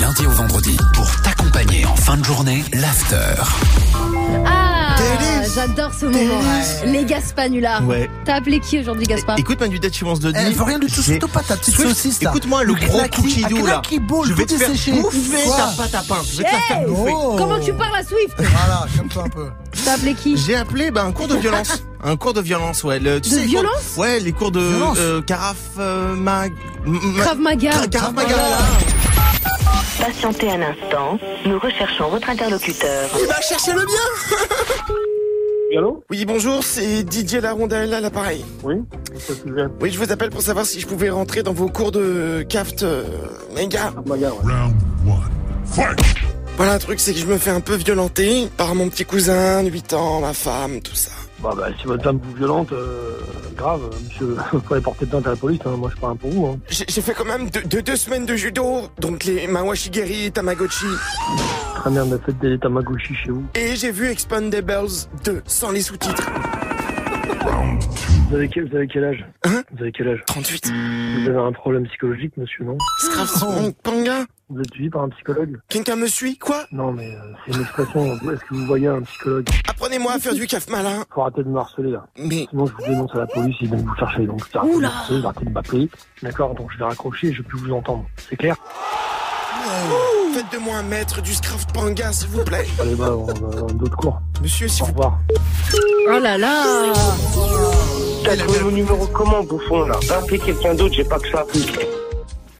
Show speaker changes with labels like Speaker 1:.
Speaker 1: lundi au vendredi pour t'accompagner en fin de journée, l'after.
Speaker 2: Ah
Speaker 3: Tennis.
Speaker 2: J'adore ce moment.
Speaker 3: Tennis.
Speaker 2: Ouais. Les Gaspanulas.
Speaker 3: Ouais.
Speaker 2: T'as appelé qui aujourd'hui, Gaspar
Speaker 3: Écoute Manu Dati, on se le dit.
Speaker 4: Eh, faut rien du tout,
Speaker 3: J'ai-
Speaker 4: surtout pas ta petite
Speaker 3: Swift,
Speaker 4: saucisse, là.
Speaker 3: Écoute-moi le
Speaker 4: Le
Speaker 3: gros
Speaker 4: knacky,
Speaker 3: cookie-doo,
Speaker 4: un
Speaker 3: là.
Speaker 4: knackybowl,
Speaker 3: Je vais
Speaker 4: tout
Speaker 3: te faire
Speaker 4: desséché.
Speaker 3: bouffer
Speaker 4: Quoi
Speaker 3: ta pâte à pain. Je vais te la faire
Speaker 2: Hey
Speaker 3: bouffer.
Speaker 4: Oh.
Speaker 2: Comment tu parles à Swift
Speaker 4: Voilà, calme-toi un peu.
Speaker 2: T'as appelé qui
Speaker 3: J'ai appelé bah, un cours de violence. un cours de violence, ouais. Le, tu
Speaker 2: De
Speaker 3: sais, les cours-
Speaker 2: violence
Speaker 3: Ouais, les cours de
Speaker 4: Violence.
Speaker 3: euh, carafe euh, mag. m- ma-
Speaker 2: Krav Maga.
Speaker 3: Cra- Carafe maga.
Speaker 4: Maga.
Speaker 5: Patientez un instant, nous recherchons votre interlocuteur.
Speaker 3: Il va chercher le bien.
Speaker 6: Allô
Speaker 3: Oui, bonjour, c'est Didier Larondelle à l'appareil.
Speaker 6: Oui Monsieur Sylvain
Speaker 3: Oui, je vous appelle pour savoir si je pouvais rentrer dans vos cours de CAFT euh, méga.
Speaker 6: Maga, ouais.
Speaker 3: Voilà, le truc, c'est que je me fais un peu violenter par mon petit cousin, de 8 ans, ma femme, tout ça.
Speaker 6: Bah, bah, si votre femme vous violente, euh, grave, euh, monsieur, vous pouvez porter plainte à la police, hein, moi je parle pour vous. Hein.
Speaker 3: J'ai j'ai fait quand même deux, deux, deux semaines de judo, donc les Mawashigeri, Tamagotchi,
Speaker 6: Très bien, mais faites des tamagoshi chez vous.
Speaker 3: et j'ai vu Expandables 2 sans les sous-titres.
Speaker 6: Vous avez, quel- vous avez quel âge
Speaker 3: Hein
Speaker 6: Vous avez quel âge
Speaker 3: 38.
Speaker 6: Vous avez un problème psychologique, monsieur, non
Speaker 3: Scrafson, Panga,
Speaker 6: Vous êtes suivi par un psychologue
Speaker 3: quelqu'un me suit, quoi
Speaker 6: Non, mais euh, c'est une expression, vous- est-ce que vous voyez un psychologue
Speaker 3: Apprenez-moi à faire du CAF malin.
Speaker 6: Faut arrêter de me harceler, là.
Speaker 3: Mais
Speaker 6: Sinon, je vous dénonce à la police, ils viennent vous chercher, donc c'est arrêtez de me harceler, vous arrêtez de m'appeler. D'accord, donc je vais raccrocher et je vais plus vous entendre. C'est clair
Speaker 3: faites de moi un maître du Scraf Panga, s'il vous plaît.
Speaker 6: Allez, bah, on va dans d'autres cours.
Speaker 3: Monsieur, si
Speaker 6: Au
Speaker 3: vous...
Speaker 6: revoir.
Speaker 2: Oh là là
Speaker 7: T'as trouvé mon numéro comment, bouffon, là Va appeler quelqu'un d'autre, j'ai pas que ça.